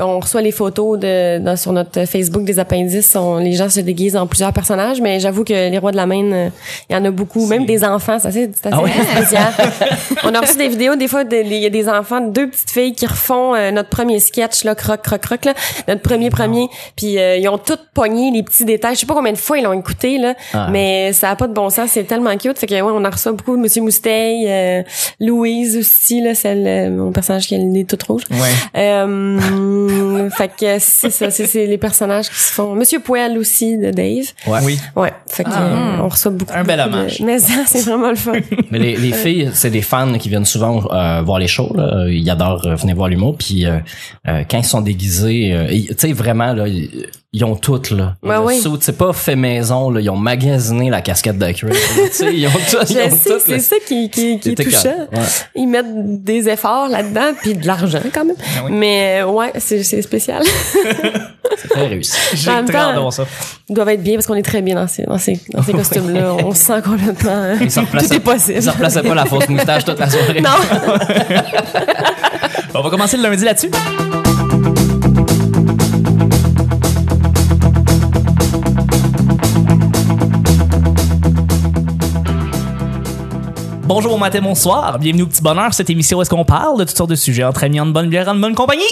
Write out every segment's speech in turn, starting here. On reçoit les photos de, dans- sur notre Facebook des appendices. On- les gens se déguisent en plusieurs personnages, mais j'avoue que les rois de la Maine, euh, il y en a beaucoup, même des enfants. C'est assez, c'est assez Ah ouais? spécial. On a reçu des vidéos, des fois, de- des- il y a des enfants, deux petites filles qui refont euh, notre premier sketch, là, croc, croc, croc, là, notre premier premier. Puis euh, ils ont toutes pogné les petits détails. Je sais pas combien de fois ils l'ont écouté, là, Ah. mais ça a pas de bon sens. C'est tellement cute. Fait que, ouais, on en reçoit beaucoup. Monsieur Mousteil, euh, Louise aussi, là, celle, euh, mon personnage qui a le nez tout rouge. Ouais. Euh, fait que c'est ça, c'est, c'est les personnages qui se font. Monsieur Poel aussi de Dave. Ouais. Oui. Ouais, fait que euh, on reçoit beaucoup. Un bel beaucoup de- hommage. Mais ça, c'est vraiment le fun. Mais les, les filles, c'est des fans qui viennent souvent euh, voir les shows. Là. Ils adorent euh, venir voir l'humour. Puis euh, euh, quand ils sont déguisés, euh, ils- tu sais vraiment là, ils, ils ont toutes là. Ouais, Le oui. suit, c'est pas fait maison. Là. Ils ont magasiné la casquette d'accueil. Tu sais, ils ont toutes. Je ils ont sais, toutes, c'est là. ça qui, qui, qui est C'était touchant. calme. Ouais. Ils mettent des efforts là-dedans, puis de l'argent quand même. Ah oui. Mais euh, ouais, c'est, c'est spécial. C'est très réussi. J'ai En même très hâte temps- de voir ça. Ils doivent être bien parce qu'on est très bien dans ces, dans ces, dans ces costumes-là. On se sent complètement... hein, Ils s'en tout replaçaient- est possible. Ils en replaçaient pas la fausse moustache toute la soirée. Non, On va commencer le lundi là-dessus. Bonjour, bon matin, bonsoir. Bienvenue au Petit Bonheur, cette émission où est-ce qu'on parle de toutes sortes de sujets entre amis, en bonne bière, en bonne compagnie.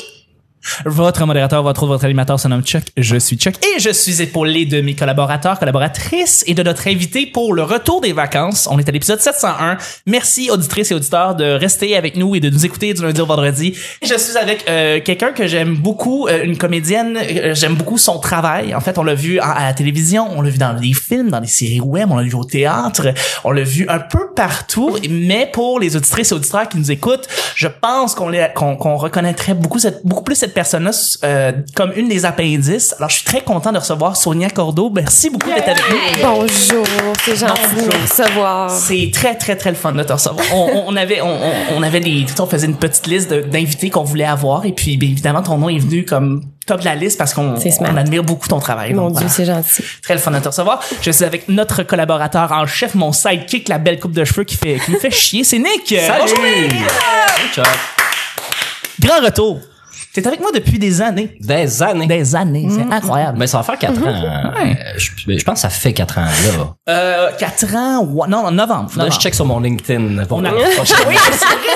Votre modérateur, votre autre, votre animateur se nomme Chuck. Je suis Chuck et je suis épaulé de mes collaborateurs, collaboratrices et de notre invité pour le retour des vacances. On est à l'épisode 701. Merci auditrices et auditeurs de rester avec nous et de nous écouter du lundi au vendredi. Je suis avec euh, quelqu'un que j'aime beaucoup, euh, une comédienne. Euh, j'aime beaucoup son travail. En fait, on l'a vu à, à la télévision, on l'a vu dans les films, dans les séries web, on l'a vu au théâtre, on l'a vu un peu partout. Mais pour les auditrices et auditeurs qui nous écoutent, je pense qu'on les- qu'on qu'on reconnaîtrait beaucoup cette beaucoup plus cette personne-là euh, comme une des appendices. Alors, je suis très content de recevoir Sonia Cordeau. Merci beaucoup d'être avec nous. bonjour, c'est gentil de Bonjour. nous recevoir. C'est très, très, très le fun de te recevoir. On, on avait, on, on- on avait des, on faisait une petite liste de- d'invités qu'on voulait avoir. Et puis, bien évidemment, ton nom est venu comme top de la liste parce qu'on C'est smart. on admire beaucoup ton travail. Mon Donc, Dieu, voilà. c'est gentil. Très le fun de te recevoir. Je suis avec notre collaborateur en chef, mon sidekick, la belle coupe de cheveux qui fait, qui me fait chier. C'est Nick! Bonjour, Nick! Chuck. Grand retour! T'es avec moi depuis des années. Des années. Des années. Mm-hmm. C'est incroyable. Mais ça va faire Mhm. 4 ans. Euh, Je, je pense que ça fait 4 ans là. Euh, 4 ans, ouais, non, non, novembre. Faudrait que je novembre. check sur mon LinkedIn. pour On a- voir. Oui, c'est vrai,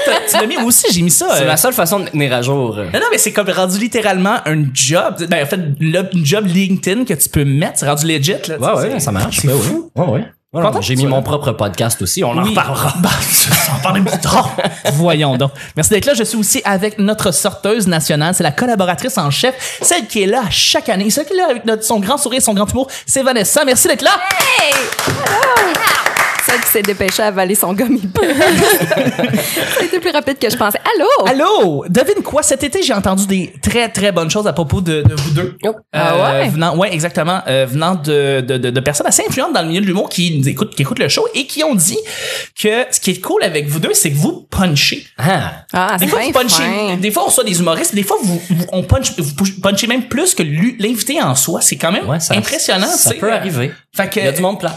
t'as- tu l'as mis, moi aussi, j'ai mis ça. C'est euh, la seule façon de tenir à jour. Non, non, mais c'est comme rendu littéralement un job. Ben, en fait, le une job LinkedIn que tu peux mettre, c'est rendu legit. Là, Ouais, Tu sais, ouais, ça marche. C'est Ben fou. oui. Ouais, ouais. Voilà, Content J'ai que tu mis sois mon là. propre podcast aussi, on en Oui. reparlera. Bah, on va en parler plus tard. Voyons donc. Merci d'être là. Je suis aussi avec notre sorteuse nationale. C'est la collaboratrice en chef, celle qui est là chaque année. Celle qui est là avec notre- son grand sourire, son grand humour. C'est Vanessa. Merci d'être là. Celle qui s'est dépêchée à avaler son gomme Ça a été plus rapide que je pensais. Allô? Allô? Devine quoi? Cet été, j'ai entendu des très, très bonnes choses à propos de, de vous deux. Euh, Ah ouais? Venant, ouais, exactement. euh, venant de, de, de, de personnes assez influentes dans le milieu de l'humour qui nous écoutent, qui écoutent le show et qui ont dit que ce qui est cool avec vous deux, c'est que vous punchez. Ah, Ah, Des c'est fois, bien vous punchez. fin. Des fois, on reçoit des humoristes. mais Des fois, vous, vous- on punch, vous push- punchez même plus que l'u- l'invité en soi. C'est quand même ouais, ça, impressionnant. Ça tu sais. peut arriver. Fait que, Il y a du monde plat.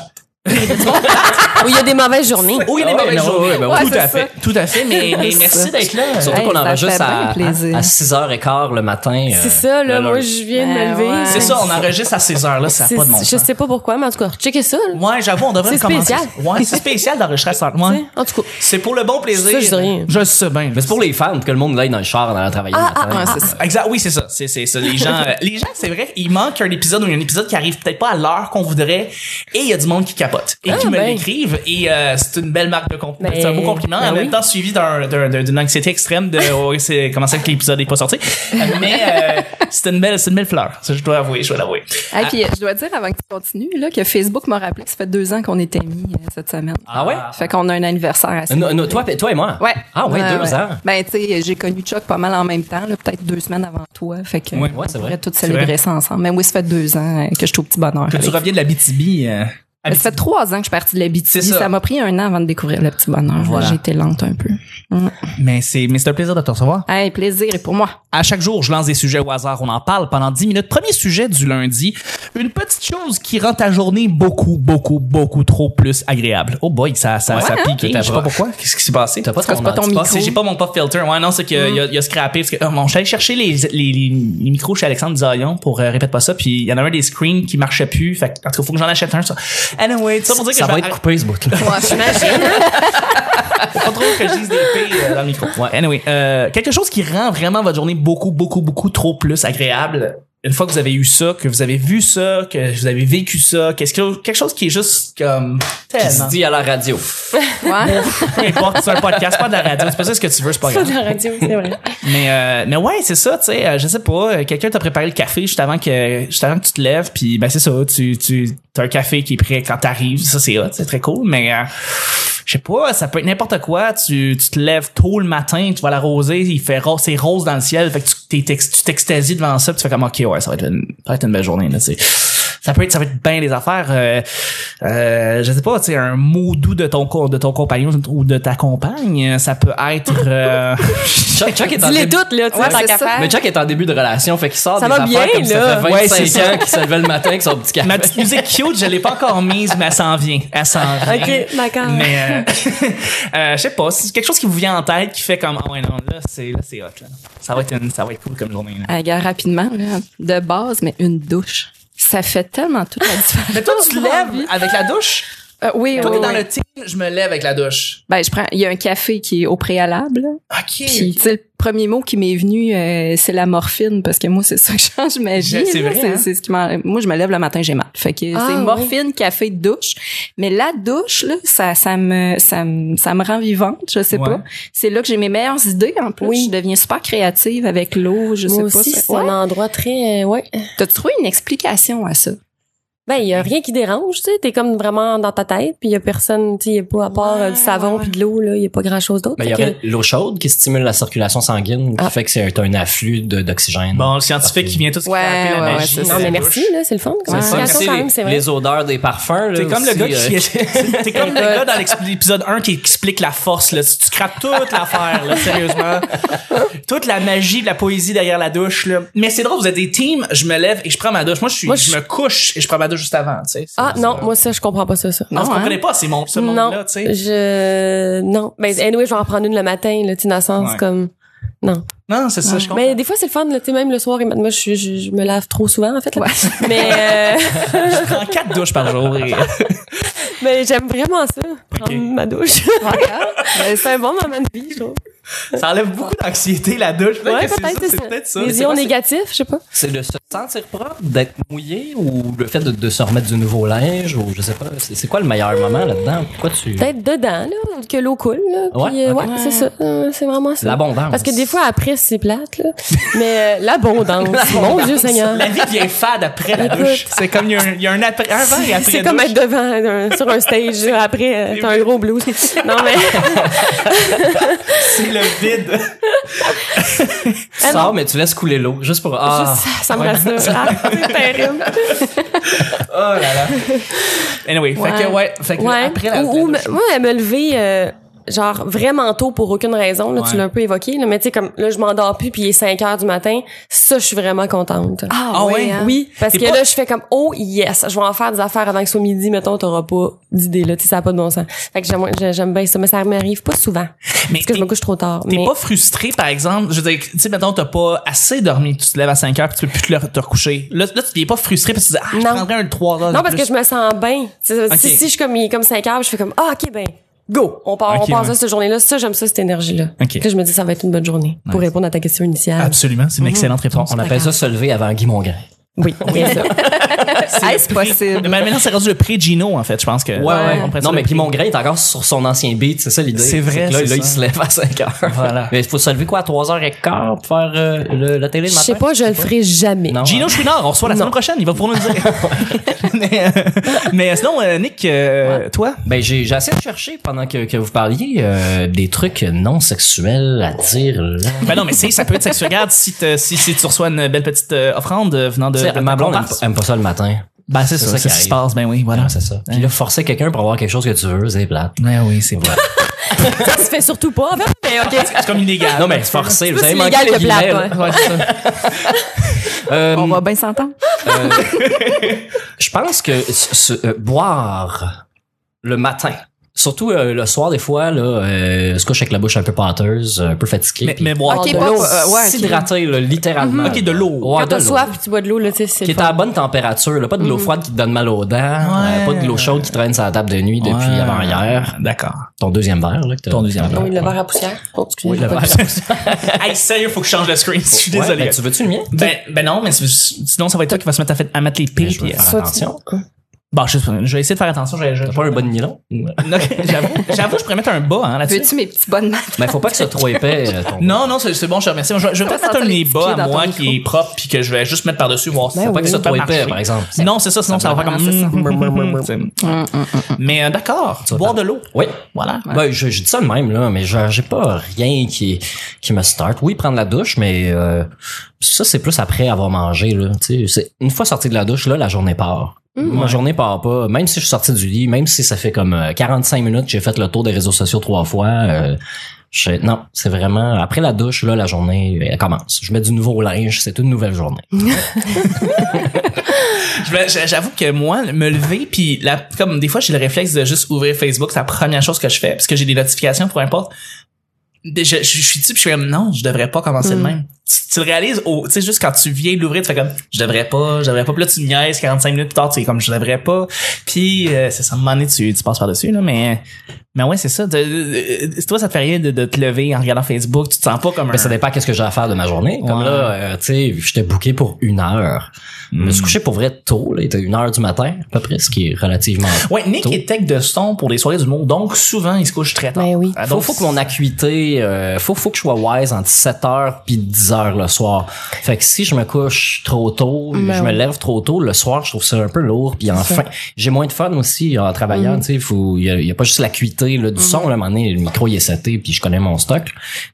Où il y a des mauvaises journées. Oh, il y a des Ah ouais, mauvaises non, ouais, journées. ben oui. tout Ouais, à c'est fait. Tout à fait. Mais, mais C'est merci ça. d'être là. Surtout Hey, qu'on ça enregistre fait bien à, à, plaisir. à 6h15 le matin. euh, C'est ça, là, le moi, lundi. je viens de me Ben lever. ouais. C'est ça, on enregistre à ces heures-là, ça C'est- n'a pas de mon Je sens. sais pas pourquoi, mais en tout cas, checkez ça. là. Ouais, j'avoue, on devrait C'est commencer. spécial. Ouais, c'est spécial d'enregistrer à cette heure. Ouais. En tout cas. C'est pour le bon plaisir. Ça, je dis rien. Je sais bien. Mais c'est pour les fans, pour que le monde aille dans le char en allant travailler le matin. Ah, c'est ça. Euh, Exact, oui, c'est ça. C'est, c'est ça. Les gens, euh, les gens, c'est vrai, il manque un épisode ou il y a un épisode qui arrive peut-être pas à l'heure qu'on voudrait et il y a du monde qui capote et Ah, qui me ben. l'écrivent et euh, c'est une belle marque de compliment. Ben, C'est un beau compliment. ben en même oui. temps, suivi d'un, d'un- d'un- d'une anxiété extrême de oh, c'est, comment ça que l'épisode n'est pas sorti. Euh, Mais euh, c'est, une belle, c'est une belle fleur. Ça, je dois avouer, je dois l'avouer. Hey, puis, euh, je dois dire avant que tu continues là, que Facebook m'a rappelé que ça fait deux ans qu'on est amis euh, cette semaine. Ah ouais? Fait qu'on a un anniversaire à Non, non, toi, toi et moi? Ouais. Ah ouais, deux ouais. heures. Ben, tu sais, j'ai connu Chuck pas mal en même temps, là, peut-être deux semaines avant toi. Fait que Ouais, ouais, c'est on vrai. pourrait tous vrai. célébrer ça ensemble. Mais oui, ça fait deux ans euh, que je suis au petit bonheur. Que tu avec- reviens de la BTB. Ça fait trois ans que je suis partie de l'Abitibi. C'est ça. Ça m'a pris un an avant de découvrir le petit bonheur. Voilà. J'ai été lente un peu. Mais c'est mais c'est un plaisir de te recevoir. Hey, plaisir et pour moi. À chaque jour, je lance des sujets au hasard, on en parle pendant 10 minutes. Premier sujet du lundi, une petite chose qui rend ta journée beaucoup, beaucoup, beaucoup trop plus agréable. Oh boy, ça, ça, ça pique. t'as Je sais pas- pas pourquoi. Qu'est-ce qui s'est passé? hein? T'as pas Parce ton que Mm. c'est pas ton anti- Ah, micro. c'est- J'ai pas mon pop filter. Ouais, non, c'est qu'il a, il a scrappé. Parce que, euh, bon, je suis allé chercher les, les, les, les micros chez Alexandre Dion pour euh, répète pas ça. Puis il y en a un des screens qui marchait plus. Fait que, en tout cas, faut que j'en achète un. Ça. Anyway, ça pour dire que Ça je va vais être coupé, ce bout-là. Faut pas trop que je dise des pires euh, dans le micro. Ouais, anyway, euh, quelque chose qui rend vraiment votre journée beaucoup, beaucoup, beaucoup trop plus agréable. Une fois que vous avez eu ça, que vous avez vu ça, que vous avez vécu ça, qu'est-ce que quelque chose qui est juste comme Qui se tellement. dit à la radio. Ouais. Peu importe, c'est un podcast, pas de la radio, c'est pas ça ce que tu veux, c'est pas grave. c'est vrai. Mais, euh, mais ouais, c'est ça, tu sais, euh, je sais pas, euh, quelqu'un t'a préparé le café juste avant que, juste avant que tu te lèves, puis ben c'est ça, tu, tu, t'as un café qui est prêt quand t'arrives, ça c'est hot, c'est très cool, mais euh, je sais pas, ça peut être n'importe quoi, tu, tu te lèves tôt le matin, tu vas l'arroser, il fait rose, c'est rose dans le ciel, fait que tu t'es- t'ex- tu t'extasies devant ça, puis tu fais comme, ok, ouais, ça va être une, ça va être une belle journée, là, tu sais. Ça peut être, ça peut être bien les affaires, euh, euh, je sais pas, tu sais, un mot doux de ton, co- de ton compagnon ou de ta compagne, ça peut être, euh, Chuck, Chuck est en Dis les début- doutes, là, tu vois, Ouais, tant c'est qu'à ça. faire. Mais Chuck est en début de relation, fait qu'il sort Ça des va affaires bien, comme ça là. fait 25 Ouais, c'est ça. ans qu'il se levait le matin avec son petit café. Ma petite musique cute, je l'ai pas encore mise, mais elle s'en vient. Elle s'en vient. OK, d'accord. Mais euh, euh, je sais pas, c'est quelque chose qui vous vient en tête qui fait comme ah ouais non là c'est là c'est hot là. Ça va être une, ça va être cool comme journée. Là. Hey, gars, rapidement, là, de base, mais une douche. Ça fait tellement toute la différence. Mais toi tu te lèves avec la douche Euh, oui, Toi oui, t'es dans oui. le team, je me lève avec la douche. Ben, je prends, il y a un café qui est au préalable. là. OK. Puis, tu sais, le premier mot qui m'est venu, euh, c'est la morphine, parce que moi, c'est ça que change ma Je- vie. c'est là. vrai, hein? c'est ce qui m'en- Moi, je me lève le matin, j'ai mal. Fait que Ah, c'est oui. morphine, café, douche. Mais la douche, là, ça, ça me, ça me, ça me rend vivante, je sais Ouais. pas. C'est là que j'ai mes meilleures idées, en plus. Oui. Je deviens super créative avec l'eau, je Moi sais aussi, pas. c'est ça- un Ouais. endroit très... euh, ouais. T'as trouvé une explication à ça? Ben, il y a rien qui dérange, tu sais. T'es comme vraiment dans ta tête, puis il y a personne, tu sais, il y a pas, à part euh, du Ouais, savon ouais, puis de l'eau, là, il y a pas grand-chose d'autre. Mais Ben, il y Fait aurait l'eau chaude qui stimule la circulation sanguine, qui Ah. fait que c'est un afflux de- d'oxygène. Bon, le scientifique qui vient tout Ouais, scraper la ouais, magie. ouais, que- c'est de Non, la mais douche. merci, là, c'est le fun. comme Ouais. C'est ça, explication, mais c'est quand même, les- c'est vrai. les odeurs des parfums. là, T'es comme le aussi, gars euh, qui T'es comme le gars dans l'ex- l'épisode 1 qui explique la force là, tu tu crappes toute l'affaire là, sérieusement. Toute la magie, la poésie derrière la douche là. Mais c'est drôle, vous êtes des teams, je me lève et je prends ma douche. Moi je suis Moi, je je- me couche et je prends ma douche juste avant, tu sais. C'est- Ah c'est- non, moi ça, je comprends pas ça, ça. non, je Non, hein? comprenais pas, c'est mon ce monde non, là, tu sais. je... Non. Ben, anyway, je vais en prendre une le matin, là, tu sais, dans le sens Ouais. comme... Non. Non, c'est ça, je comprends. Ah. Mais des fois, c'est le fun, là, tu sais, même le soir, et moi, je, je, je me lave trop souvent, en fait, là. Ouais. Mais, euh, Je prends quatre douches par jour. et- mais j'aime vraiment ça, prendre Ok. ma douche. Ben, c'est un bon moment de vie, je trouve. Ça enlève beaucoup d'anxiété la douche, peut-être Ouais, que c'est peut-être, ça, c'est c'est peut-être ça. Les ions négatifs, je sais pas. C'est de se sentir propre, d'être mouillé ou le fait de, de se remettre du nouveau linge ou je sais pas. C'est c'est quoi le meilleur moment là-dedans? Pourquoi tu. Peut-être dedans, là, que l'eau coule, là. puis, Ouais, euh, ok. ouais, c'est ça. Euh, c'est vraiment ça. L'abondance. Parce que des fois, après, c'est plate, là. Mais euh, l'abondance. Mon Dieu Seigneur. La vie devient fade après la hein. Écoute. douche. C'est comme il y a un, il y a un après, un avant et après C'est comme douche. être devant, euh, sur un stage, là, après, euh, t'as un gros blues. Non, mais. C'est le vide. Ah tu sors, mais tu laisses couler l'eau juste pour. Ah, Juste, ça me rassure. Ah, c'est terrible. Oh là là. Anyway, fait que Ouais. ouais, fait que Ouais. après la, ou, la ou douche- me- moi, elle me lever euh, genre vraiment tôt pour aucune raison. Là, Ouais. Tu l'as un peu évoqué. Là, mais tu sais, comme là, je m'endors plus puis il est 5 heures du matin. Ça, je suis vraiment contente. Ah, Ah ouais, ouais, hein? Oui, parce T'es que pas- là, je fais comme, oh yes, je vais en faire des affaires avant que ce soit midi, mettons, t'auras pas d'idée, là, tu sais, ça n'a pas de bon sens. Fait que j'aime- j'aime j'aime bien ça, mais ça m'arrive pas souvent. Mais Parce que je t'es- me couche trop tard. T'es Mais pas frustré, par exemple? Je veux dire, tu sais, mettons, t'as pas assez dormi, tu te lèves à 5 heures, puis tu peux plus te, le- te recoucher. Là, là, tu t'es pas frustré parce que tu dis, ah, je Non. prendrais un 3 heures. de non, parce plus. que je me sens bien. Tu sais, Ok. Si, si je suis comme, il est comme 5 heures, je fais comme, ah, ok, ben, go, on part, Ok, on part ouais. ça cette journée-là. Ça, j'aime ça, cette énergie-là. Ok. Que je me dis, ça va être une bonne journée. Pour Nice. répondre à ta question initiale. Absolument, Mhm. c'est une excellente réponse. on appelle ça se lever avant Guy Mongrain. Oui, c'est ça. Est-ce possible? Mais maintenant, c'est rendu le pré-Gino, en fait, je pense que. On prête ça Non, le mais Guy pré- Mongrain est encore sur son ancien beat, c'est ça l'idée. C'est vrai, que Là, c'est là, il ça. se lève à 5 heures. Voilà. Mais il faut se lever quoi à 3h15 pour faire euh, le- la télé Je le matin? sais pas, je le ferai jamais. Non. hein. Gino Chouinard, on reçoit la semaine prochaine, il va pour nous le dire. mais, euh, mais sinon, euh, Nick, euh, toi? Ben j'ai j'ai essayé de chercher pendant que, que vous parliez euh, des trucs non sexuels à dire là. Ben non, mais c'est, ça peut être sexuel. Regarde, si, te- si, si tu reçois une belle petite euh, offrande euh, venant de, Tu sais, de ma ta blonde aime, comparse. aime pas ça le matin. Ben, c'est C'est ça, ça c'est qui ce qui se arrive. passe. Ben oui, voilà. Ah, c'est ça. Puis là, forcer quelqu'un pour avoir quelque chose que tu veux, c'est plate. Ouais, Ah oui, c'est vrai. Ça se fait surtout pas, en fait, mais OK. C'est comme illégal. Non, mais forcer, vous C'est avez plus manqué légal les que plate, guillemets, ouais. là. Euh, On va bien s'entendre. Je pense que ce- ce- euh, boire le matin, surtout euh, le soir des fois, là, euh, se couche avec la bouche un peu pâteuse, un peu fatigué. Mais, oh, puis mais boire. Ok, de pas- l'eau. euh, ouais, ok. s'hydrater là, littéralement. Ok, de l'eau. Ouais, Quand de t'as l'eau. soif puis tu bois de l'eau, là, tu sais, c'est Qui est fun. à la bonne température, là, pas de l'eau froide qui te donne mal aux dents, euh, pas de l'eau chaude qui traîne sur la table de nuit depuis Ouais. avant hier. D'accord. Ton deuxième verre, là, que t'as- Ton deuxième Oui, le Ouais. verre à poussière. Oh, excusez, Oui, j'ai le pas verre. dit. hey, sérieux, faut que je change le screen. Je suis Ouais, désolé. ben, tu veux-tu le mien? Ben, ben non, mais c'est- sinon, ça va être toi qui vas se mettre à, fait- à mettre les Ben, pieds. je vais puis- faire Soit tu- attention. Bon, je, je vais essayer de faire attention. Je, je- T'as pas un bon nylon? Non, J'avoue, j'avoue, je pourrais mettre un bas hein, là-dessus. Veux-tu mes petits bonnes matins? Mais faut pas que ce soit trop épais. euh, ton- Non, non, c'est c'est bon, je te remercie. Moi, Je, je vais peut-être Ça mettre un sent les nez petits bas pieds à dans moi ton qui micro. est propre puis que je vais juste mettre par-dessus, voir si Ben ça Faut pas va que ce soit pas trop marcher. épais, par exemple. Non, c'est ça, sinon ça, va faire Mm, comme. Mm, C'est- Mais euh, d'accord, boire de l'eau. Oui. Voilà. Ben, je, je dis ça de même, là, mais genre, j'ai pas rien qui, qui me start. Oui, prendre la douche, mais euh, ça, c'est plus après avoir mangé. Là, Tu sais, c'est- une fois sorti de la douche, là, la journée part. Ma journée part pas. Même si je suis sorti du lit, même si ça fait comme euh, 45 minutes que j'ai fait le tour des réseaux sociaux trois fois, euh, je, non, c'est vraiment... Après la douche, là, la journée, elle commence. Je mets du nouveau linge, c'est une nouvelle journée. Je vais- je- J'avoue que moi, me lever, puis là, comme des fois, j'ai le réflexe de juste ouvrir Facebook, c'est la première chose que je fais, parce que j'ai des notifications, peu importe. Je, je, je suis dessus, puis je suis comme, non, je devrais pas commencer Hmm. de même. Tu, tu le réalises, au- tu sais, juste quand tu viens de l'ouvrir, tu fais comme, je devrais pas, je devrais pas. Puis là, tu me niaises 45 minutes plus tard, tu es comme, je devrais pas. Puis, euh, c'est ça, à un moment donné, tu, tu passes par-dessus, là, mais... Mais ouais, c'est ça. De- de- de- toi, ça te fait rien de, de te lever en regardant Facebook. Tu te sens pas comme un... Ben, ça dépend qu'est-ce que j'ai à faire de ma journée. Comme Ouais. là, euh, tu sais, j'étais booké pour une heure. Je me suis couché pour vrai tôt, là. Il était une heure du matin, à peu près, ce qui est relativement. Ouais, Nick Tôt. est tech de son pour les soirées du monde, donc souvent, il se couche très tard. Ben oui. Ah, Faut, donc, faut que mon acuité, euh, faut, faut que je sois wise entre 7h puis 10h le soir. Fait que si je me couche trop tôt, je me lève trop tôt, le soir, je trouve ça un peu lourd. Puis enfin, j'ai moins de fun aussi euh, en travaillant. Tu sais, faut- il y, a- il y a pas juste l'acuité là, du son. Là, à un moment donné, le micro il est seté, puis je connais mon stock.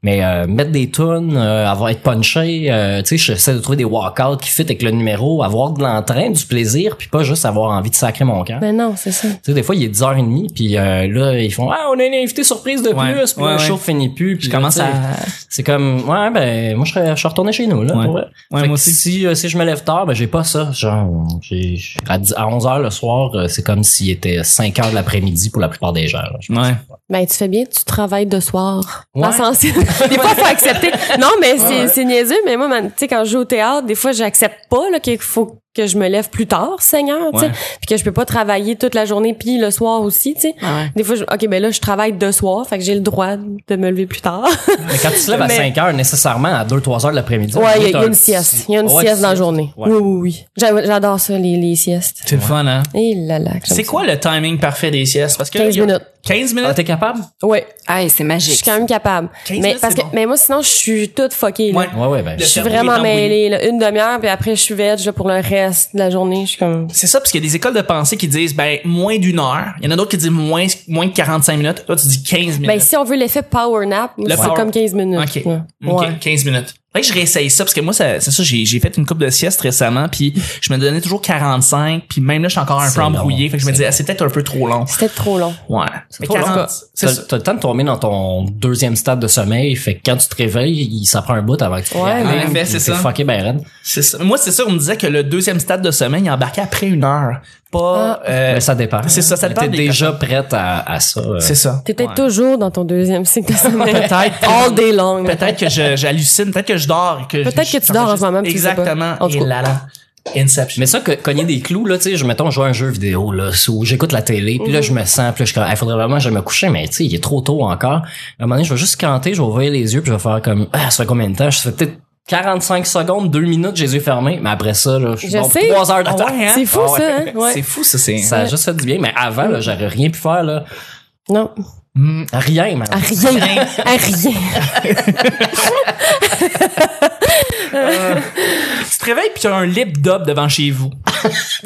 Mais euh, mettre des tunes, euh, avoir être punché, euh, tu sais, j'essaie de trouver des walkouts qui fit avec le numéro, avoir de l'entrain, du plaisir, puis pas juste avoir envie de sacrer mon camp. Mais Ben non, c'est ça. Tu sais, des fois, il est 10h30, puis euh, là, ils font « Ah, on a une invitée surprise de plus! Ouais, Puis là, ouais, le show ouais. finit plus. Puis je là, commence tu sais, à... C'est comme « Ouais, ben, moi, je serais- je suis retourné chez nous, là, Ouais. pour vrai. Ouais, Fait moi que aussi. Si, euh, si je me lève tard, ben, j'ai pas ça. Genre, j'ai- à 10 à 11h le soir, euh, c'est comme s'il était 5h de l'après-midi pour la plupart des gens. là. Je- Ouais. Ben, tu fais bien, tu travailles de soir. Ouais. L'essentiel. des fois, faut accepter. Non, mais c'est, c'est niaiseux, mais moi, man, tu sais, quand je joue au théâtre, des fois, j'accepte pas, là, qu'il faut que je me lève plus tard, Seigneur, tu sais. Ouais. Puis que je peux pas travailler toute la journée, puis le soir aussi, tu sais. Ah Des fois, je, OK, ben là, je travaille de soir, fait que j'ai le droit de me lever plus tard. Mais quand tu te lèves à Mais- 5h, nécessairement, à 2-3h de l'après-midi... ouais, il y, a- il t'as y a un une sieste. Il y a une Ouais, sieste dans la sieste. journée. Ouais. Oui, oui, oui. J'a- J'adore ça, les, les siestes. C'est le fun, hein? Et là, là, que j'aime C'est ça. quoi le timing parfait des siestes? Parce que 15 y a- minutes. 15 Ah, minutes? t'es capable? Ouais. Ah, c'est Je suis magique. quand même capable. 15 Mais minutes, parce c'est que, bon. mais moi, sinon, je suis toute fuckée, là. Ouais. Ouais, ouais, ben... Le Je suis cerveau est vraiment embrouillé. mêlée, là. Une demi-heure, puis après, je suis veg, là, pour le reste de la journée. Je suis comme... C'est ça, parce qu'il y a des écoles de pensée qui disent, ben, moins d'une heure. Il y en a d'autres qui disent moins, moins de 45 minutes. Toi, tu dis 15 minutes. Ben, si on veut l'effet power nap, Le c'est power- comme 15 minutes. OK. Ouais. OK, Ouais. 15 minutes. Faudrait que je réessaye ça, parce que moi, ça- c'est ça, j'ai j'ai fait une coupe de sieste récemment, puis je me donnais toujours 45, puis même là, je suis encore un C'est peu embrouillé. long. Fait que je me disais, ah, c'est peut-être un peu trop long. C'était trop long. Ouais. Mais trop long. 40, c'est T'as ça. t'as le temps de tomber dans ton deuxième stade de sommeil, fait que quand tu te réveilles, il, ça prend un bout avant que tu te Ouais, réveilles. mais- En effet, c'est T'es ça. Euh, fucké ben raide. C'est ça. Moi, c'est ça, on me disait que le deuxième stade de sommeil, il embarquait après une heure. Ah. Pas, euh, Mais ça dépend. c'est ça, ça dépend T'es des déjà prête à, à ça. euh. c'est ça. T'es peut-être Ouais. toujours dans ton deuxième cycle de sommeil. Peut-être. All day long. Peut-être que je- j'hallucine, peut-être que je dors. et que Peut-être je- que tu dors en ce moment, puis tu sais pas. Exactement. En tout Et cas. là, là. Inception. Mais ça, que, cogner des clous, là, tu sais, je, mettons, je joue à un jeu vidéo, là, où j'écoute la télé, puis là, Mhm. je me sens, puis là, je suis comme, il faudrait vraiment que je me couche, mais tu sais, il est trop tôt encore. À un moment donné, je vais juste canter, je vais ouvrir les yeux, puis je vais faire comme, ah, ça fait combien de temps? Je fais peut-être 45 secondes, 2 minutes, j'ai les yeux fermés, mais après ça, là, je suis Je bon pour sais. 3 heures d'attente. Ah ouais, hein? C'est fou, Ah ouais. ça, hein? Ouais. C'est fou, ça. C'est... Ça a juste fait du bien, mais avant, là, j'aurais rien pu faire, là. Non. Hmm, Rien, man. À rien. à rien. Tu te réveilles, puis tu as un lip dub devant chez vous.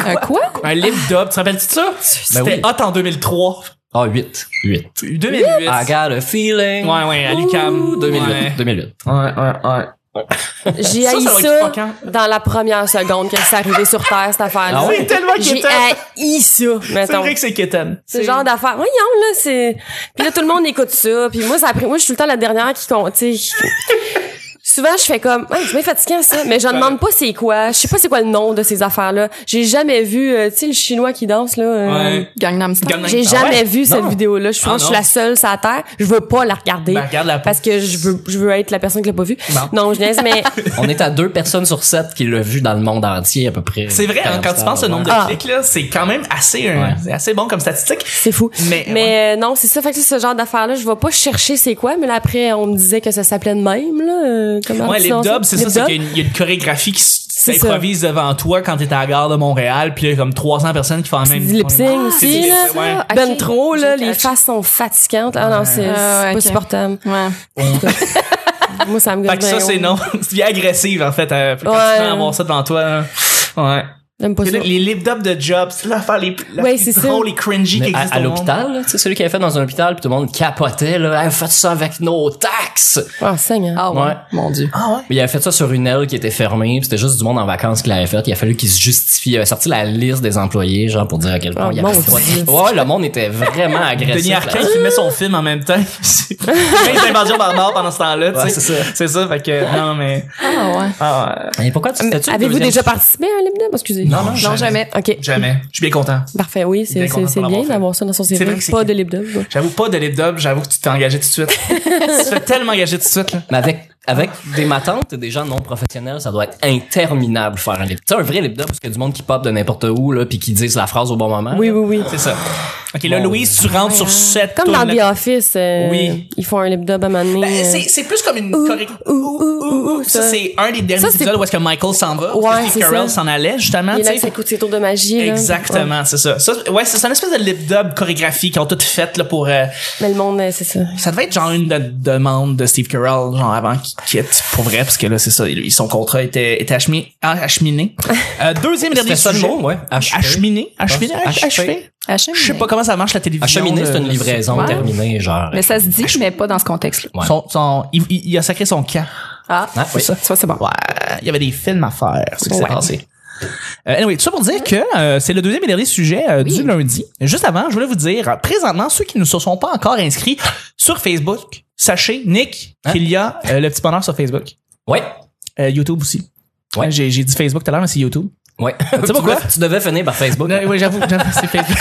Un Euh, quoi? Un lip dub. Tu te rappelles-tu de ça? C'était Ben oui. hot en 2003. Ah, 8. 8. 2008. I got a feeling. Ouais, ouais, à l'UQAM. Ah, Ouh, 2008. Ouais. 2008. Ouais, ouais, ouais. J'ai Ça, haï ça ça, doit être fuckant. dans la première seconde que c'est arrivé sur Terre, cette affaire-là. Ah ouais? C'est tellement J'ai quétaine. haï ça, C'est mettons. vrai que c'est quétaine. Ce genre d'affaire. Voyons, là, c'est... Puis là, tout le monde écoute ça. Puis moi, ça a pris... Moi, je suis tout le temps la dernière qui compte, tu sais. Souvent, je fais comme, ouais, c'est bien fatigant, ça, mais je demande pas c'est quoi. Je sais pas c'est quoi le nom de ces affaires-là. J'ai jamais vu, euh, tu sais, le chinois qui danse, là. euh, Gangnam Style. Gangnam- J'ai Ah jamais ouais? vu cette Non. vidéo-là. Je pense Ah que je suis non. la seule sur la terre. Je veux pas la regarder. Ben, regarde-la pas. Parce que je veux, je veux être la personne qui l'a pas vue. Non. Non, je niaise, mais On est à deux personnes sur sept qui l'ont vu dans le monde entier, à peu près. C'est vrai, hein, quand tu penses au nombre de Ah. clics, là, c'est quand même assez, euh, Ouais. c'est assez bon comme statistique. c'est fou. Mais, euh, non, c'est ça. Fait que ce genre d'affaires-là, je vais pas chercher c'est quoi, mais là, après, on me disait que ça s'appelait de même, là. euh, Comment Ouais, on dit les ça? dubs, c'est Lip ça, c'est dub. qu'il y a une- il y a une chorégraphie qui s- C'est ça. s'improvise devant toi quand t'es à la gare de Montréal, puis là, il y a comme 300 personnes qui font la Tu même. dis lip sync c'est aussi, des- là. ouais. Ah, Ben ok. trop, là. J'ai Les catch. faces sont fatigantes. Ah non, c'est c'est Ah ouais, pas ok. supportable. Ouais. Moi, ça me gosse Fait que ça, bien, c'est ouais. non. Tu deviens agressive, en fait, euh, ben quand Ouais. tu vas avoir ça devant toi. hein. Ouais. J'aime pas Puis là, ça. Les lip dubs de Jobs, c'est l'affaire les, la Ouais, plus c'est ça. drôle et cringy qui Mais à, existe à au monde. l'hôpital, là, tu sais, celui qui avait fait dans un hôpital, puis tout le monde capotait, là, Hey, faites ça avec nos taxes! Ah, Seigneur. Ah ouais. Ouais. Mon Dieu. Ah ouais? Mais il avait fait ça sur une aile qui était fermée, puis c'était juste du monde en vacances qui l'avait fait. Il a fallu qu'il se justifie. Il avait sorti la liste des employés, genre, pour dire à quel point Oh, il avait mon le droit de- Dieu. Ouais, ouais, le monde était vraiment agressif. Denis là. Arcand qui met son film en même temps. C'est- Il fait Invasion Barbare pendant ce temps-là, tu Ouais, sais. c'est ça. C'est ça, fait que, non, mais, Ah ouais. ah ouais. Et pourquoi tu t'es-tu le Euh, Avez-vous deuxième déjà sujet? participé à un lip dub? Excusez. Non, non, Non, jamais. OK. Jamais. Je suis bien content. Parfait, oui, c'est Bien c'est- content c'est de l'avoir bien fait. d'avoir ça dans son C'est vrai CV. que c'est- Pas de lip dub. ouais. J'avoue pas de lip dub, j'avoue que tu t'es engagé tout de suite. tu te fais tellement engager tout de suite, là. Mais avec, avec des matantes et des gens non professionnels, ça doit être interminable faire un lip Tu sais, un vrai lip dub, parce qu'il y a du monde qui pop de n'importe où, là, puis qui disent la phrase au bon moment. Oui, là. oui, oui. C'est ça. Ok, là, Bon. Louise, tu rentres sur cette Comme dans toune-là. The Office, euh, Oui. ils font un lip dub à un moment donné, Ben, euh, c'est, c'est plus comme une correct- ouh, ouh, ouh, Ça, ça. c'est un des derniers Ça, c'est- épisodes où est-ce que Michael s'en va. où Ouais, est-ce que Steve c'est Carell ça. s'en allait, justement. Il est tu là, sais. ça coûte ses tours de magie. là. Ouais. Exactement, c'est ça. ça. Ouais, c'est c'est une espèce de lip dub chorégraphie qu'ils ont toutes faites là, pour. euh, Mais le monde, euh, c'est ça. ça devait être genre une de- demande de Steve Carell, genre avant qu'il quitte pour vrai, parce que là, c'est ça, il- son contrat était, était achemi- ah, acheminé. Euh, deuxième et dernier C'était ça le sujet. mot, ouais. Achevé. Acheminé. Acheminé. Achevé. Achevé. H&M, Je sais pas comment ça marche la télévision. Acheminer, là, c'est une là, livraison Ouais. terminée, genre. Mais ça se dit, mais pas dans ce contexte-là. Ouais. Son, son, il, il- il a sacré son camp. Ah. Ah, oui. Ça, ça, c'est bon. Ouais, il y avait des films à faire, c'est ce qui s'est Ouais. passé. Euh, anyway, tout ça pour dire que euh, c'est le deuxième et dernier sujet euh, du lundi. Juste avant, je voulais vous dire, euh, présentement, ceux qui ne se sont pas encore inscrits sur Facebook, sachez, Nick, Hein? qu'il y a euh, le petit bonheur sur Facebook. Ouais. Euh, YouTube aussi. Ouais. Euh, J'ai j'ai dit Facebook tout à l'heure, mais c'est YouTube. Ouais. sais pourquoi? devais- Tu devais finir par Facebook. Euh, oui, j'avoue, j'avoue, c'est Facebook.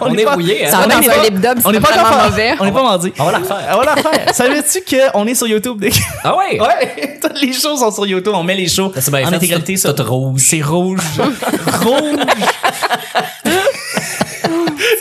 On est est pas- rouillé, hein. Ça va On est dans pas- un lip dub, On n'est c'est pas vraiment encore mauvais. On n'est pas mardi. On va la refaire. Euh, On va la refaire. Savais-tu qu'on est sur YouTube, Nick? Ah ouais? Ouais, toutes les shows sont sur YouTube. On met les shows Ça, c'est bien en fait, intégralité c'est tout- sur tout rouge. C'est rouge. rouge.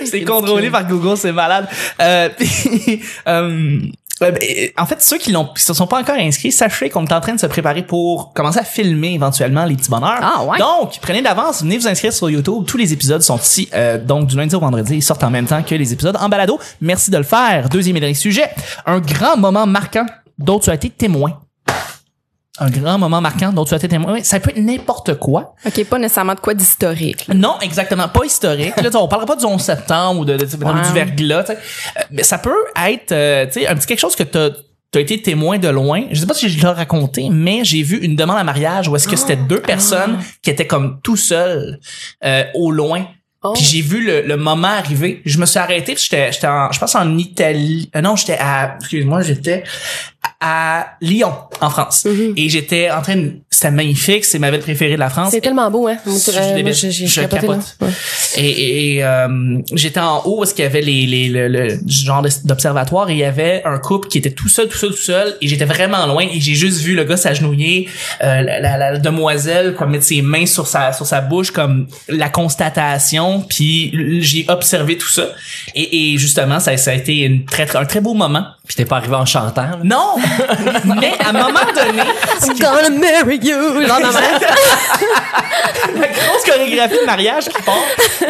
C'est contrôlé par Google, c'est malade. Euh, puis, euh, euh, ben, en fait, ceux qui l'ont, qui se sont pas encore inscrits, sachez qu'on est en train de se préparer pour commencer à filmer éventuellement les petits bonheurs. Ah, ouais. Donc, prenez d'avance, venez vous inscrire sur YouTube. Tous les épisodes sont ici. euh, donc, du lundi au vendredi, ils sortent en même temps que les épisodes en balado. Merci de le faire. Deuxième et dernier sujet. Un grand moment marquant dont tu as été témoin. Un grand moment marquant dont tu as été témoin. Oui, Ça peut être n'importe quoi. OK, pas nécessairement de quoi d'historique. là. Non, exactement, pas historique. Là, tu sais, on parlera pas du 11 septembre ou de, de- de- du verglas. tu sais. Euh, Mais ça peut être euh, tu sais, un petit quelque chose que tu as, été témoin de loin. Je sais pas si je l'ai raconté, mais j'ai vu une demande à mariage où est-ce que c'était deux personnes qui étaient comme tout seules euh, au loin. Oh. Puis j'ai vu le, le moment arriver. Je me suis arrêté. puis J'étais, j'étais en- je pense en Italie. Euh, non, j'étais à, excuse-moi, j'étais à Lyon, en France. Et j'étais en train de, c'était magnifique. C'est ma ville préférée de la France. C'est tellement beau, hein? Moi, Je- je euh, débile. moi, j'ai- j'ai Je capoté, là. capote. Ouais. Et, et- et, euh, j'étais en haut où est-ce qu'il y avait les, les, le, le- du genre de- d'observatoire et il y avait un couple qui était tout seul, tout seul, tout seul et j'étais vraiment loin et j'ai juste vu le gars s'agenouiller, euh, la, la- la demoiselle comme mettre ses mains sur sa, sur sa bouche comme la constatation puis l- j'ai observé tout ça et, et justement ça, ça a été une très, très- un très beau moment. Puis t'es pas arrivé en chantant, là. Non, mais à un moment donné, I'm gonna marry you. Non, non, non. la grosse chorégraphie de mariage qui part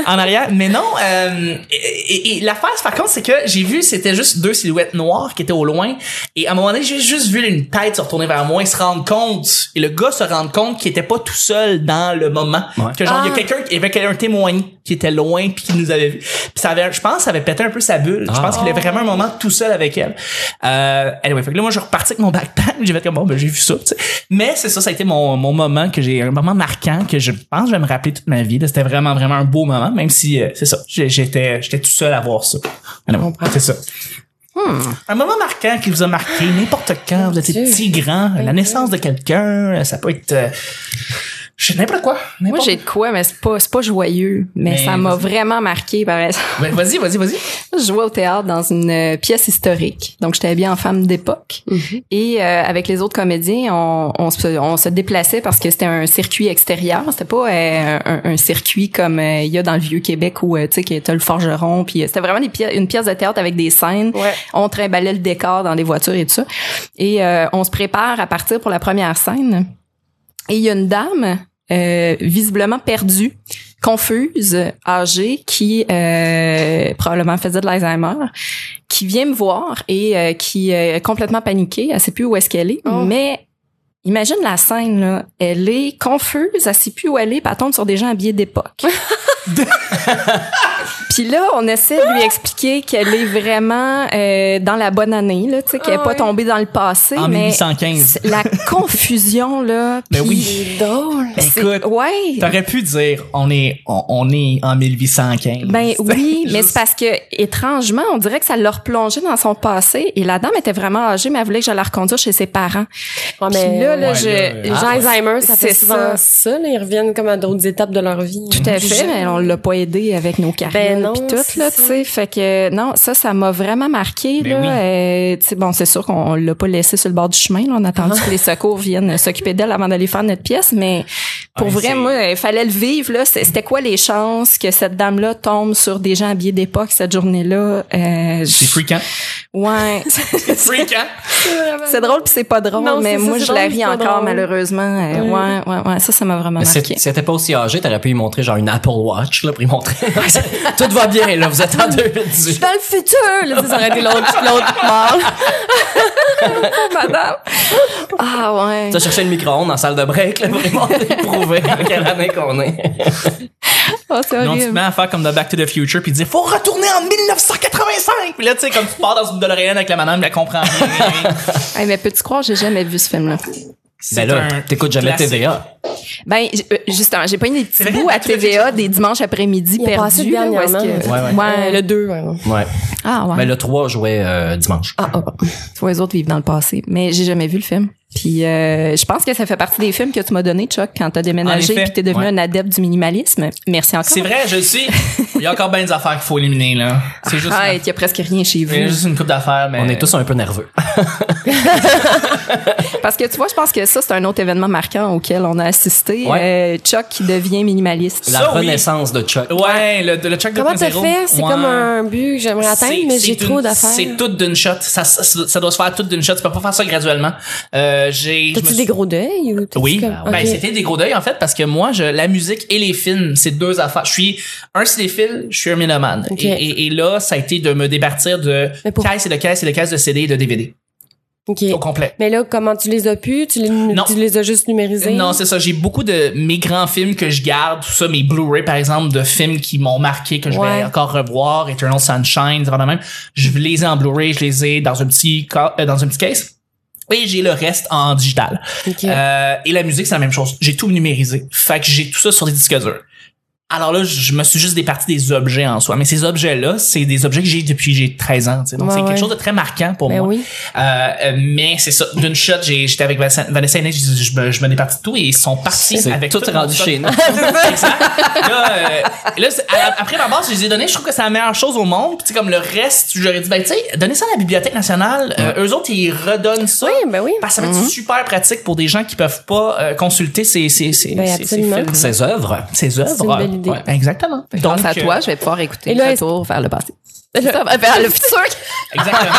en arrière. Mais non, euh, et, et- et l'affaire, par contre, c'est que j'ai vu, c'était juste deux silhouettes noires qui étaient au loin. Et à un moment donné, j'ai juste vu une tête se retourner vers moi et se rendre compte, et le gars se rendre compte qu'il était pas tout seul dans le moment. Ouais. Que genre, il y a Ah. quelqu'un, il y avait quelqu'un témoin qui était loin puis qui nous avait vu. Puis ça avait, je pense, ça avait pété un peu sa bulle. Je Ah. pense qu'il avait vraiment un moment tout seul avec elle. Euh, anyway, fait que là, moi, je suis reparti avec mon backpack. J'ai fait comme, bon, ben, j'ai vu ça, tu sais. Mais c'est ça, ça a été mon, mon moment que j'ai, un moment marquant que je pense que je vais me rappeler toute ma vie. là. C'était vraiment, vraiment un beau moment, même si, euh, c'est ça, j'ai- j'étais, j'étais tout seul à voir ça. Anyway, c'est ça. Hmm. Un moment marquant qui vous a marqué, n'importe quand, vous étiez Dieu. petit, grand, la naissance de quelqu'un, ça peut être, euh, je sais n'importe quoi. Moi, n'importe- j'ai de quoi, mais c'est pas, c'est pas joyeux. Mais, Mais ça m'a vas-y. vraiment marqué. par exemple. Ben, vas-y, vas-y, vas-y. Je jouais au théâtre dans une euh, pièce historique. Donc, j'étais habillée en femme d'époque. Et euh, avec les autres comédiens, on, on, se, on se déplaçait parce que c'était un circuit extérieur. C'était pas euh, un, un circuit comme euh, il y a dans le vieux Québec où euh, tu sais que t'as le forgeron. Puis euh, c'était vraiment des pièces- une pièce de théâtre avec des scènes. Ouais. On trimballait le décor dans les voitures et tout ça. Et euh, on se prépare à partir pour la première scène. Et il y a une dame euh, visiblement perdue, confuse, âgée, qui euh, probablement faisait de l'Alzheimer, qui vient me voir et euh, qui euh, est complètement paniquée. Elle sait plus où est-ce qu'elle est, Oh. mais imagine la scène là. Elle est confuse, elle sait plus où elle est, puis elle tombe sur des gens habillés d'époque. Puis là, on essaie de lui expliquer qu'elle est vraiment euh, dans la bonne année, là, tu sais, qu'elle n'est Ah pas oui. tombée dans le passé, En mais 1815. c'est- la confusion là. Ben puis oui. C'est drôle. Ben, c'est- écoute, ouais. T'aurais pu dire, on est, on, on est en 1815. Ben oui, mais Juste- c'est parce que étrangement, on dirait que ça l'a replongé dans son passé. Et la dame était vraiment âgée, mais elle voulait que je la reconduire chez ses parents. Ouais, Puis là, là, ouais, je, là, Les Ah, gens ouais. Alzheimer, ça fait C'est souvent ça. ça. là, ils reviennent comme à d'autres étapes de leur vie. Tout à fait, mais on l'a pas aidé avec nos carrières Ben non, puis tout c'est là, ça. tu sais, fait que non, ça ça m'a vraiment marqué Ben là, oui. Euh, tu sais bon, c'est sûr qu'on on l'a pas laissé sur le bord du chemin, là. on Ah. a attendu que les secours viennent s'occuper d'elle avant d'aller faire notre pièce, mais pour Ah, c'est- vrai moi, il fallait le vivre là, C'est- c'était quoi les chances que cette dame là tombe sur des gens habillés d'époque cette journée-là euh, C'est fréquent. Ouais. Fréquent. c'est drôle puis c'est pas drôle, Non, mais c'est ça, moi c'est je la drôle, ris c'est pas encore drôle. malheureusement. Euh, Oui. Ouais, ouais, ouais, ça ça m'a vraiment Mais marqué. c'est- c'était pas aussi âgé, t'aurais pu lui montrer genre une Apple Watch, là, pour lui montrer. Tout va bien, là, vous êtes en 2018. Dans le futur, là, ça aurait été l'autre, l'autre part. madame. Ah ouais. T'as cherché le micro-ondes en salle de break, là, pour lui montrer, prouver quelle année qu'on est. Ah, c'est Non, tu te horrible. mets à faire comme dans Back to the Future puis te dire faut retourner en 1985. Puis là tu sais comme tu pars dans une DeLorean avec la madame, elle comprend rien. Hey, mais peux-tu croire, j'ai jamais vu ce film-là. C'est Ben un là, t'écoutes jamais classique. TVA. Ben, j- euh, justement, j'ai pas eu des petits vrai, bouts à tu l'as TVA des dimanches après-midi Il a passé perdus. là, où est-ce dernièrement. que- Ouais, ouais. Euh, le 2, ouais. Ouais. Ah, ouais. Ben le 3 jouait euh, dimanche. Ah, ah, ah. Tu vois, les autres vivent dans le passé. Mais j'ai jamais vu le film. Puis, euh, je pense que ça fait partie des films que tu m'as donné, Chuck, quand t'as déménagé En effet. puis t'es devenu Ouais. un adepte du minimalisme. Merci encore. C'est vrai, je le suis. Il y a encore bien des affaires qu'il faut éliminer là. C'est juste Arrête, il y a presque rien chez il y a vous. juste une coupe d'affaires mais On est tous un peu nerveux. Parce que tu vois, je pense que ça, c'est un autre événement marquant auquel on a assisté. Euh, Chuck qui devient minimaliste. La Ça, oui. renaissance de Chuck. Ouais, le, le check de Comment t'as fait? C'est comme un but que j'aimerais atteindre, C'est- mais c'est j'ai d'une- trop d'affaires. C'est tout d'une shot. Ça, ça, ça doit se faire tout d'une shot. Tu peux pas faire ça graduellement. Euh, j'ai. je me T'as-tu suis- des gros deuils ou t'as-tu Oui, comme- ben Ok. ben c'était des gros deuils en fait parce que moi je la musique et les films, c'est deux affaires. Je suis un cinéphile, je suis un ménomane. Ok. Et, et- et là, ça a été de me départir de Mais pour- caisse et de caisse et de caisse de CD et de DVD Ok. au complet. Mais là, comment tu les as pu? Tu les, Non. tu les as juste numérisés? Non, c'est ça. J'ai beaucoup de mes grands films que je garde, tout ça, mes Blu-ray par exemple, de films qui m'ont marqué, que je Ouais. vais encore revoir, Eternal Sunshine, des affaires de même. Je les ai en Blu-ray, je les ai dans un petit, ca- euh, dans un petit case. Et j'ai le reste en digital. Ok. Euh, et la musique, c'est la même chose. J'ai tout numérisé. Fait que j'ai tout ça sur des disques durs. Alors là, je je me suis juste départi des objets en soi. Mais ces objets-là, c'est des objets que j'ai depuis que j'ai 13 ans. tu sais. Donc, Ouais, c'est ouais. quelque chose de très marquant pour ben moi. oui. Euh, euh, mais c'est ça. D'une shot, j'ai- j'étais avec Vanessa Vanessa et Nick, je, je me, je me départis de tout et ils sont partis C'est avec tout mon rendu stock. chez nous. Exact. là, euh, là, c'est- à- après ma base, je les ai donnés. Je trouve que c'est la meilleure chose au monde. Puis, tu sais, comme le reste, j'aurais dit, ben, tu sais, donnez ça à la Bibliothèque nationale. Euh, eux autres, ils redonnent ça. Oui, ben oui. Parce que ça va être super pratique pour des gens qui peuvent pas euh, consulter ces, ces, ces, Ben, ces- ces absolument. films, Ses œuvres. ces œuvres. C'est une belle idée. exactement. Grâce à euh, toi, je vais pouvoir écouter Et là, le retour vers le passé. Ça va vers le futur. Exactement.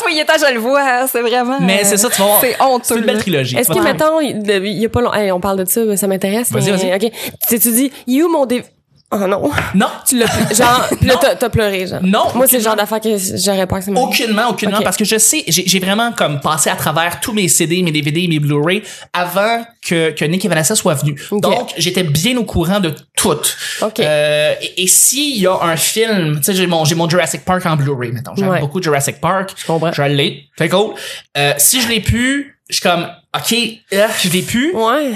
Soyez je le vois, c'est vraiment. Mais euh, c'est ça, tu vas voir. C'est honteux. C'est une belle là. trilogie. Est-ce Tu que, vas- mettons, il de- il y a pas long... hey, on parle de ça, ça m'intéresse. Vas-y, mais- vas-y. OK. Tu, tu dis, il est où mon dé... Oh non. Non, Tu l'as... Genre, pis là, t'as, t'as pleuré, genre. Non, Moi, c'est le aucunement. genre d'affaire que j'aurais pas que ça m'arrive. Aucunement, aucunement, Mm-hmm. Ok. parce que je sais, j'ai j'ai vraiment comme passé à travers tous mes CD, mes DVD, mes Blu-ray avant que, que Nick et Vanessa soient venus. Ok. Donc, j'étais bien au courant de tout. Ok. Euh, et et s'il y a un film, tu sais, j'ai mon, j'ai mon Jurassic Park en Blu-ray, mettons. J'aime Ouais. beaucoup Jurassic Park. Je comprends. Je l'ai. C'est cool. Euh, si je l'ai pu, je suis comme, OK, euh, je l'ai pu. Ouais.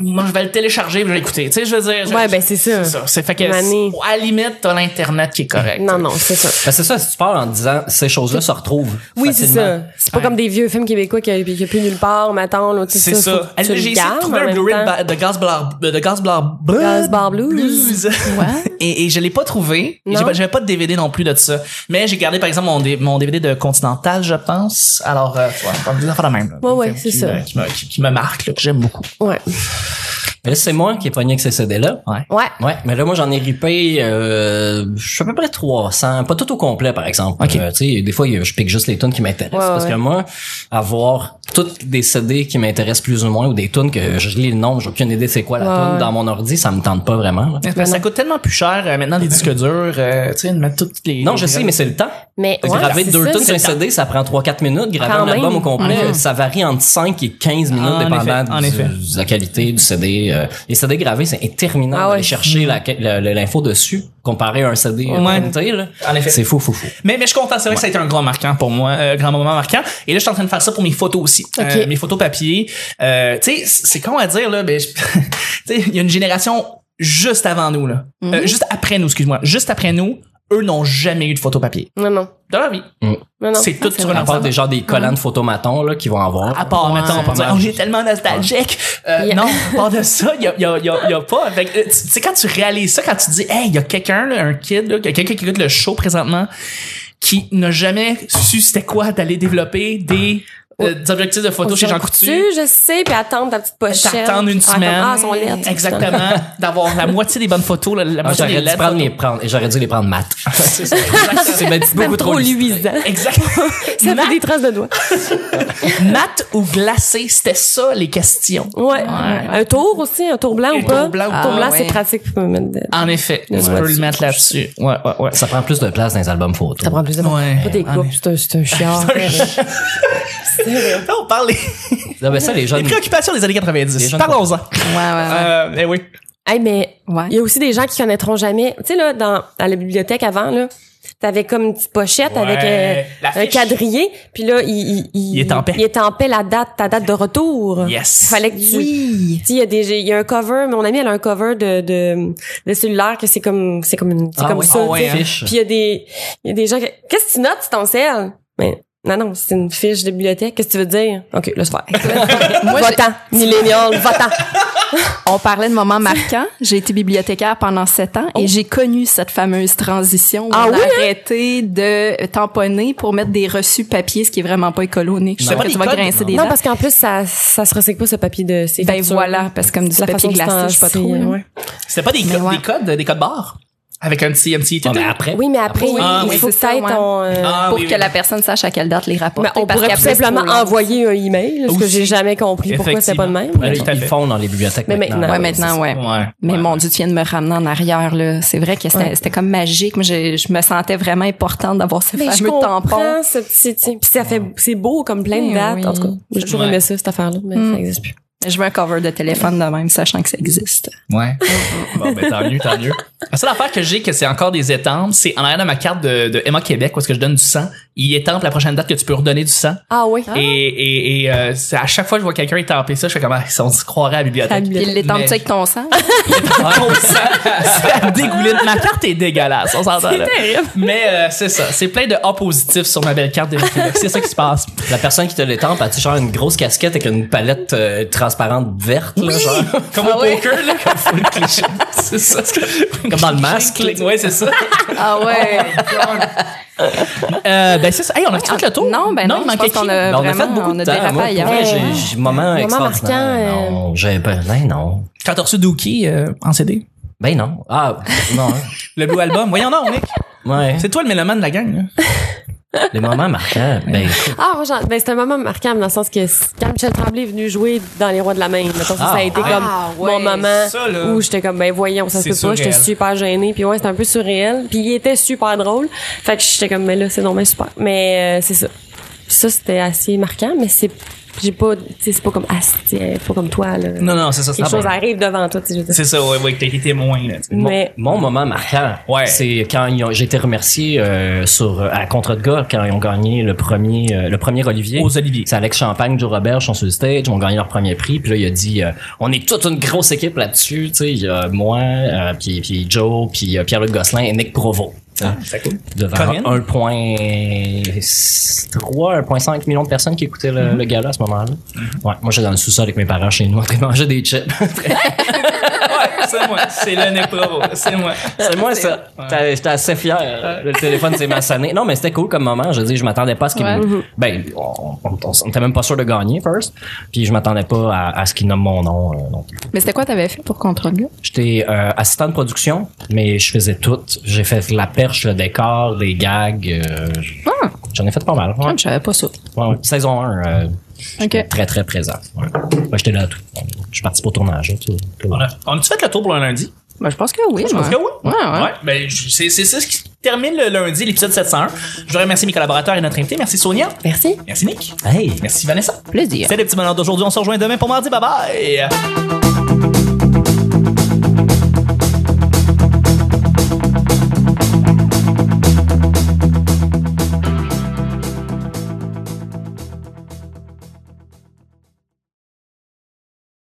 Moi, je vais le télécharger et je vais l'écouter. Tu sais, je veux dire. je- Ouais, ben, c'est ça. C'est ça. C'est fait que, Mané. à la limite, t'as l'Internet qui est correct. Non, non, c'est ça. Ben, c'est ça, si tu parles en disant ces choses-là se retrouvent. Oui, c'est facilement. ça. C'est pas Ouais. comme des vieux films québécois qui a, qui a plus nulle part, m'attends, là, tout C'est ça. Faut que Elle- tu le J'ai essayé de gardes trouver en un même Blu-ray temps. de Ba- de Gasbar de Gasbar Gasbar Blues. Et, et je l'ai pas trouvé. Et Non. j'ai pas- J'avais pas de DVD non plus de ça. Mais j'ai gardé par exemple mon, dé- mon DVD de Continental, je pense. Alors, euh, ouais, on va faire la même. là. Ouais, ouais, Qui c'est me- ça. Qui me, qui- qui me marque, là, que j'aime beaucoup. Ouais. Mais là, c'est moi qui ai pogné avec ces CD-là. Ouais. Ouais. Ouais, mais là, moi, j'en ai ripé, euh, je suis à peu près 300. Pas tout au complet, par exemple. Ok. Euh, tu sais, des fois, je pique juste les tunes qui m'intéressent. Ouais, parce ouais. que moi, avoir toutes des CD qui m'intéressent plus ou moins, ou des tunes que je lis le nom, j'ai aucune idée c'est quoi la Ouais, tune ouais. dans mon ordi, ça me tente pas vraiment. là. Parce que ça coûte tellement plus cher euh, maintenant des disques durs, euh, tu sais, de mettre toutes les. Non, je sais, mais c'est le temps. Mais, Fait que ouais, graver c'est deux ça, tunes sur c'est un CD, ça prend 3-4 minutes. Graver Quand un album même. au complet, ça varie entre 5 et 15 minutes, En dépendant effet, en du- effet. de la qualité du CD. euh, les CD gravés, c'est interminable Ah ouais. d'aller chercher la- la- la- l'info dessus, comparé à un CD Ouais. printé, là. En effet. C'est fou, fou, fou. Mais, mais je suis content, c'est vrai que ça a été un grand marquant pour moi, euh, grand moment marquant. Et là, je suis en train de faire ça pour mes photos aussi. Euh, Ok. mes photos papier. Euh, tu sais, c'est con à dire, là, mais je- tu sais, il y a une génération juste avant nous, là. Euh, Mhm. juste après nous, excuse-moi. Juste après nous, eux n'ont jamais eu de photos papier. Non, non. Dans leur vie. Non, non. C'est tout sur un À part ordinateur. des gens des collants de photomatons, là, qui vont avoir. À part, Ouais. mettons, pour dire, Ouais. oh, j'ai tellement nostalgique. Euh, Yeah. Non, à part de ça, il y a, y a- y a- y a pas. Fait que, euh, tu tu sais, quand tu réalises ça, quand tu dis, hey, il y a quelqu'un, là, un kid, là, y a quelqu'un qui écoute le show présentement, qui n'a jamais su c'était quoi d'aller développer des, euh, des objectifs de photo chez Jean Coutu. Je sais, puis attendre ta petite pochette. T'attends une Ah, comme, semaine. Ah, son lettre. Exactement. D'avoir la moitié des bonnes photos, la, la Ah, moitié des J'aurais dû, lettres. prendre les prendre, et j'aurais dû les prendre mat. C'est ça, exact- c'est Même ben, beaucoup trop lisse. luisant. Exactement. Ça fait des traces de doigts. Mat ou glacé, c'était ça les questions. Ouais. Un tour aussi, un tour blanc Un ou pas? tour blanc ou Un pas. tour blanc, Ah, c'est ouais. pratique pour me mettre de- En effet, Ouais. tu peux le mettre là-dessus. Ouais, ouais, ouais. Ça prend plus de place dans les albums photo. Ça prend plus de Ouais. Pas des Ah, mais- coupes, c'est un- c'est un chiard. Là, on parle des, Ah, ben, ça, les des jeunes. préoccupations des années 90. Les jeunes- Parlons-en. Ouais, ouais, ouais. Euh, eh oui. Hey, mais Ouais. il y a aussi des gens qui connaîtront jamais. Tu sais, là, dans, dans la bibliothèque avant, là, t'avais comme une petite pochette Ouais, avec euh, la un fiche. quadrillé. Puis là, il, il, Il est en paix. Il est en paix, la date, ta date de retour. Yes. Fallait que tu... Oui. Tu sais, il y a des, il y a un cover, mon ami, elle a un cover de, de, de cellulaire que c'est comme, c'est comme, une- c'est Ah comme ouais, ça. ah ouais, tu sais. hein. Fiche. Puis il y a des, il y a des gens qui, qu'est-ce que tu notes sur ton sel? Mais, non, non, c'est une fiche de bibliothèque. Qu'est-ce que tu veux dire? OK, laisse faire. Moi, j'ai- va-t'en, millénial, va-t'en. On parlait de moments marquants. J'ai été bibliothécaire pendant sept ans Oh. et j'ai connu cette fameuse transition où Ah on oui, hein? a arrêté de tamponner pour mettre des reçus papier, ce qui est vraiment pas écolo, Nick. Je Non. sais Pas que les tu vas codes, grincer des Non, dents. parce qu'en plus, ça, ça se recycle pas, ce papier de ces Ben factures. voilà, parce que comme du La papier façon dont glacé, c'est je sais pas c'est- trop. là. ouais. C'était pas des, Mais codes, ouais. des codes, des codes barres avec un petit, un petit. Ah, ben, après. Oui, mais après, Ah Oui, il oui, faut c'est ça, peut-être... ouais. on, euh, Ah, pour oui, que oui. la personne sache à quelle date les rapporter. ben, on parce pourrait tout qu'après, c'est simplement trop long. envoyer un email, là, ce que Aussi. j'ai jamais compris pourquoi c'était pas le même. Ouais, Ils, tout à ils fait. font dans les bibliothèques Mais maintenant. maintenant, Ouais, Ah, maintenant, ouais. Ouais. Mais Ouais. mon Dieu, tu viens de me ramener en arrière, là. C'est vrai que c'était Ouais. c'était comme magique. Moi, je, je me sentais vraiment importante d'avoir ce Mais je fameux tampon. comprends ce petit, tu sais, puis ça fait, c'est beau comme plein de Eh dates. oui. En tout cas, j'ai toujours Ouais. aimé ça, cette affaire-là, mais Mm. ça existe plus. Je veux un cover de téléphone de même, sachant que ça existe. Ouais. bon, ben, tant mieux, tant mieux. La seule affaire que j'ai, que c'est encore des étampes, c'est en arrière de ma carte de, de Emma Québec, où est-ce que je donne du sang. Il étampe la prochaine date que tu peux redonner du sang. Ah oui. Et, et, et euh, c'est à chaque fois que je vois quelqu'un étamper ça, je fais comme, ah, on se croirait à la À la bibliothèque. bibliothèque. Puis il l'étend Mais- avec ton sang. Ton sang, ça dégouline. Ma carte est dégueulasse, on s'entend. là. Mais euh, c'est ça, c'est plein de A positifs sur ma belle carte de Québec. C'est ça qui se passe. La personne qui te l'étampe a-tu genre une grosse casquette avec une palette euh, transparente verte, là, euh, genre? Comme Ah au poker, là, comme full cliché. C'est ça. Comme dans le masque, là. Ouais, c'est ça. Ah ouais. Euh, ben, c'est ça. Hey, on a fait le tour. Non, ben non, il je manquait pense qu'on qui? a Ben, on a fait vraiment, beaucoup on de a temps. dérapé Moi, ailleurs. pour vrai, Ouais. j'ai- j'ai- moment Moment extraordinaire. marquant, euh. Non, j'ai ben, ben non. Quand t'as reçu Dookie euh, en CD. Ben non. Ah, non. hein. Le Blue Album. Voyons donc, Nick. Ouais. C'est toi le mélomane de la gang. là. Les moments marquants. Ben, écoute, Ah, moi, j'en- ben, c'était un moment marquant dans le sens que c- quand Michel Tremblay est venu jouer dans Les Rois de la Main, mettons, ça, ça a été ouais. comme Ah, mon ouais. moment Ça, là. où j'étais comme, ben voyons, ça se C'est peut pas, j'étais surréel. super gênée. Puis ouais, c'était un peu surréel. Puis il était super drôle. Fait que j'étais comme, ben là, c'est normal, super. Mais euh, c'est ça. Ça, c'était assez marquant, mais c'est j'ai pas tu sais, c'est pas comme ah, c'est pas comme toi là Non, non, c'est ça. quelque ça. chose arrive devant toi tu sais, je veux dire. C'est ça, ouais, ouais, que t'as été témoin. Là, tu sais. mon- mais mon, moment marquant, Ouais. c'est quand ils ont- j'ai été remercié euh, sur euh, à contre de gars quand ils ont gagné le premier euh, le premier Olivier. Aux Oliviers. C'est Alex Champagne, Joe Robert, sont sur le stage, ont gagné leur premier prix. Puis là, il a dit, euh, on est toute une grosse équipe là-dessus. Tu sais, il y a moi, euh, puis, puis Joe, puis euh, Pierre-Luc Gosselin et Nick Provo. C'était Ah, cool. Devant Corinne? 1.3, 1.5 million de personnes qui écoutaient Mm-hmm. le, le gala à ce moment-là. Ouais, moi, j'étais dans le sous-sol avec mes parents chez nous en train de manger des chips. Ouais, c'est moi. C'est le Nick Bravo. C'est moi. C'est moi ça. T'as- J'étais assez fier. Le téléphone s'est maçonné. Non, mais c'était cool comme moment. Je veux dire, je m'attendais pas à ce qu'il Ouais. me- Ben, on, on, on était même pas sûr de gagner first. Puis je m'attendais pas à, à ce qu'il nomme mon nom. euh, non plus. Mais c'était quoi t'avais fait pour contrôler là? J'étais euh, assistant de production, mais je faisais tout. J'ai fait la perche, le décor, les gags. euh, Ah, J'en ai fait pas mal. Ouais. je savais pas ça. Ouais, ouais. Saison 1, euh, j'étais Ok. très très présent. Ouais. Ouais, j'étais là à tout. Je suis parti pour le tournage. hein, tu sais. On a- On a-tu fait le tour pour un lundi? Ben, je pense que oui. Je pense que moi. oui. Ouais, ouais. ben, je- c'est c'est ça ce qui termine le lundi, l'épisode 701. Je voudrais remercier mes collaborateurs et notre invité. Merci Sonia. merci Merci Nick. Hey! Merci Vanessa. Plaisir. C'est le petit bonheur d'aujourd'hui. On se rejoint demain pour mardi. Bye bye.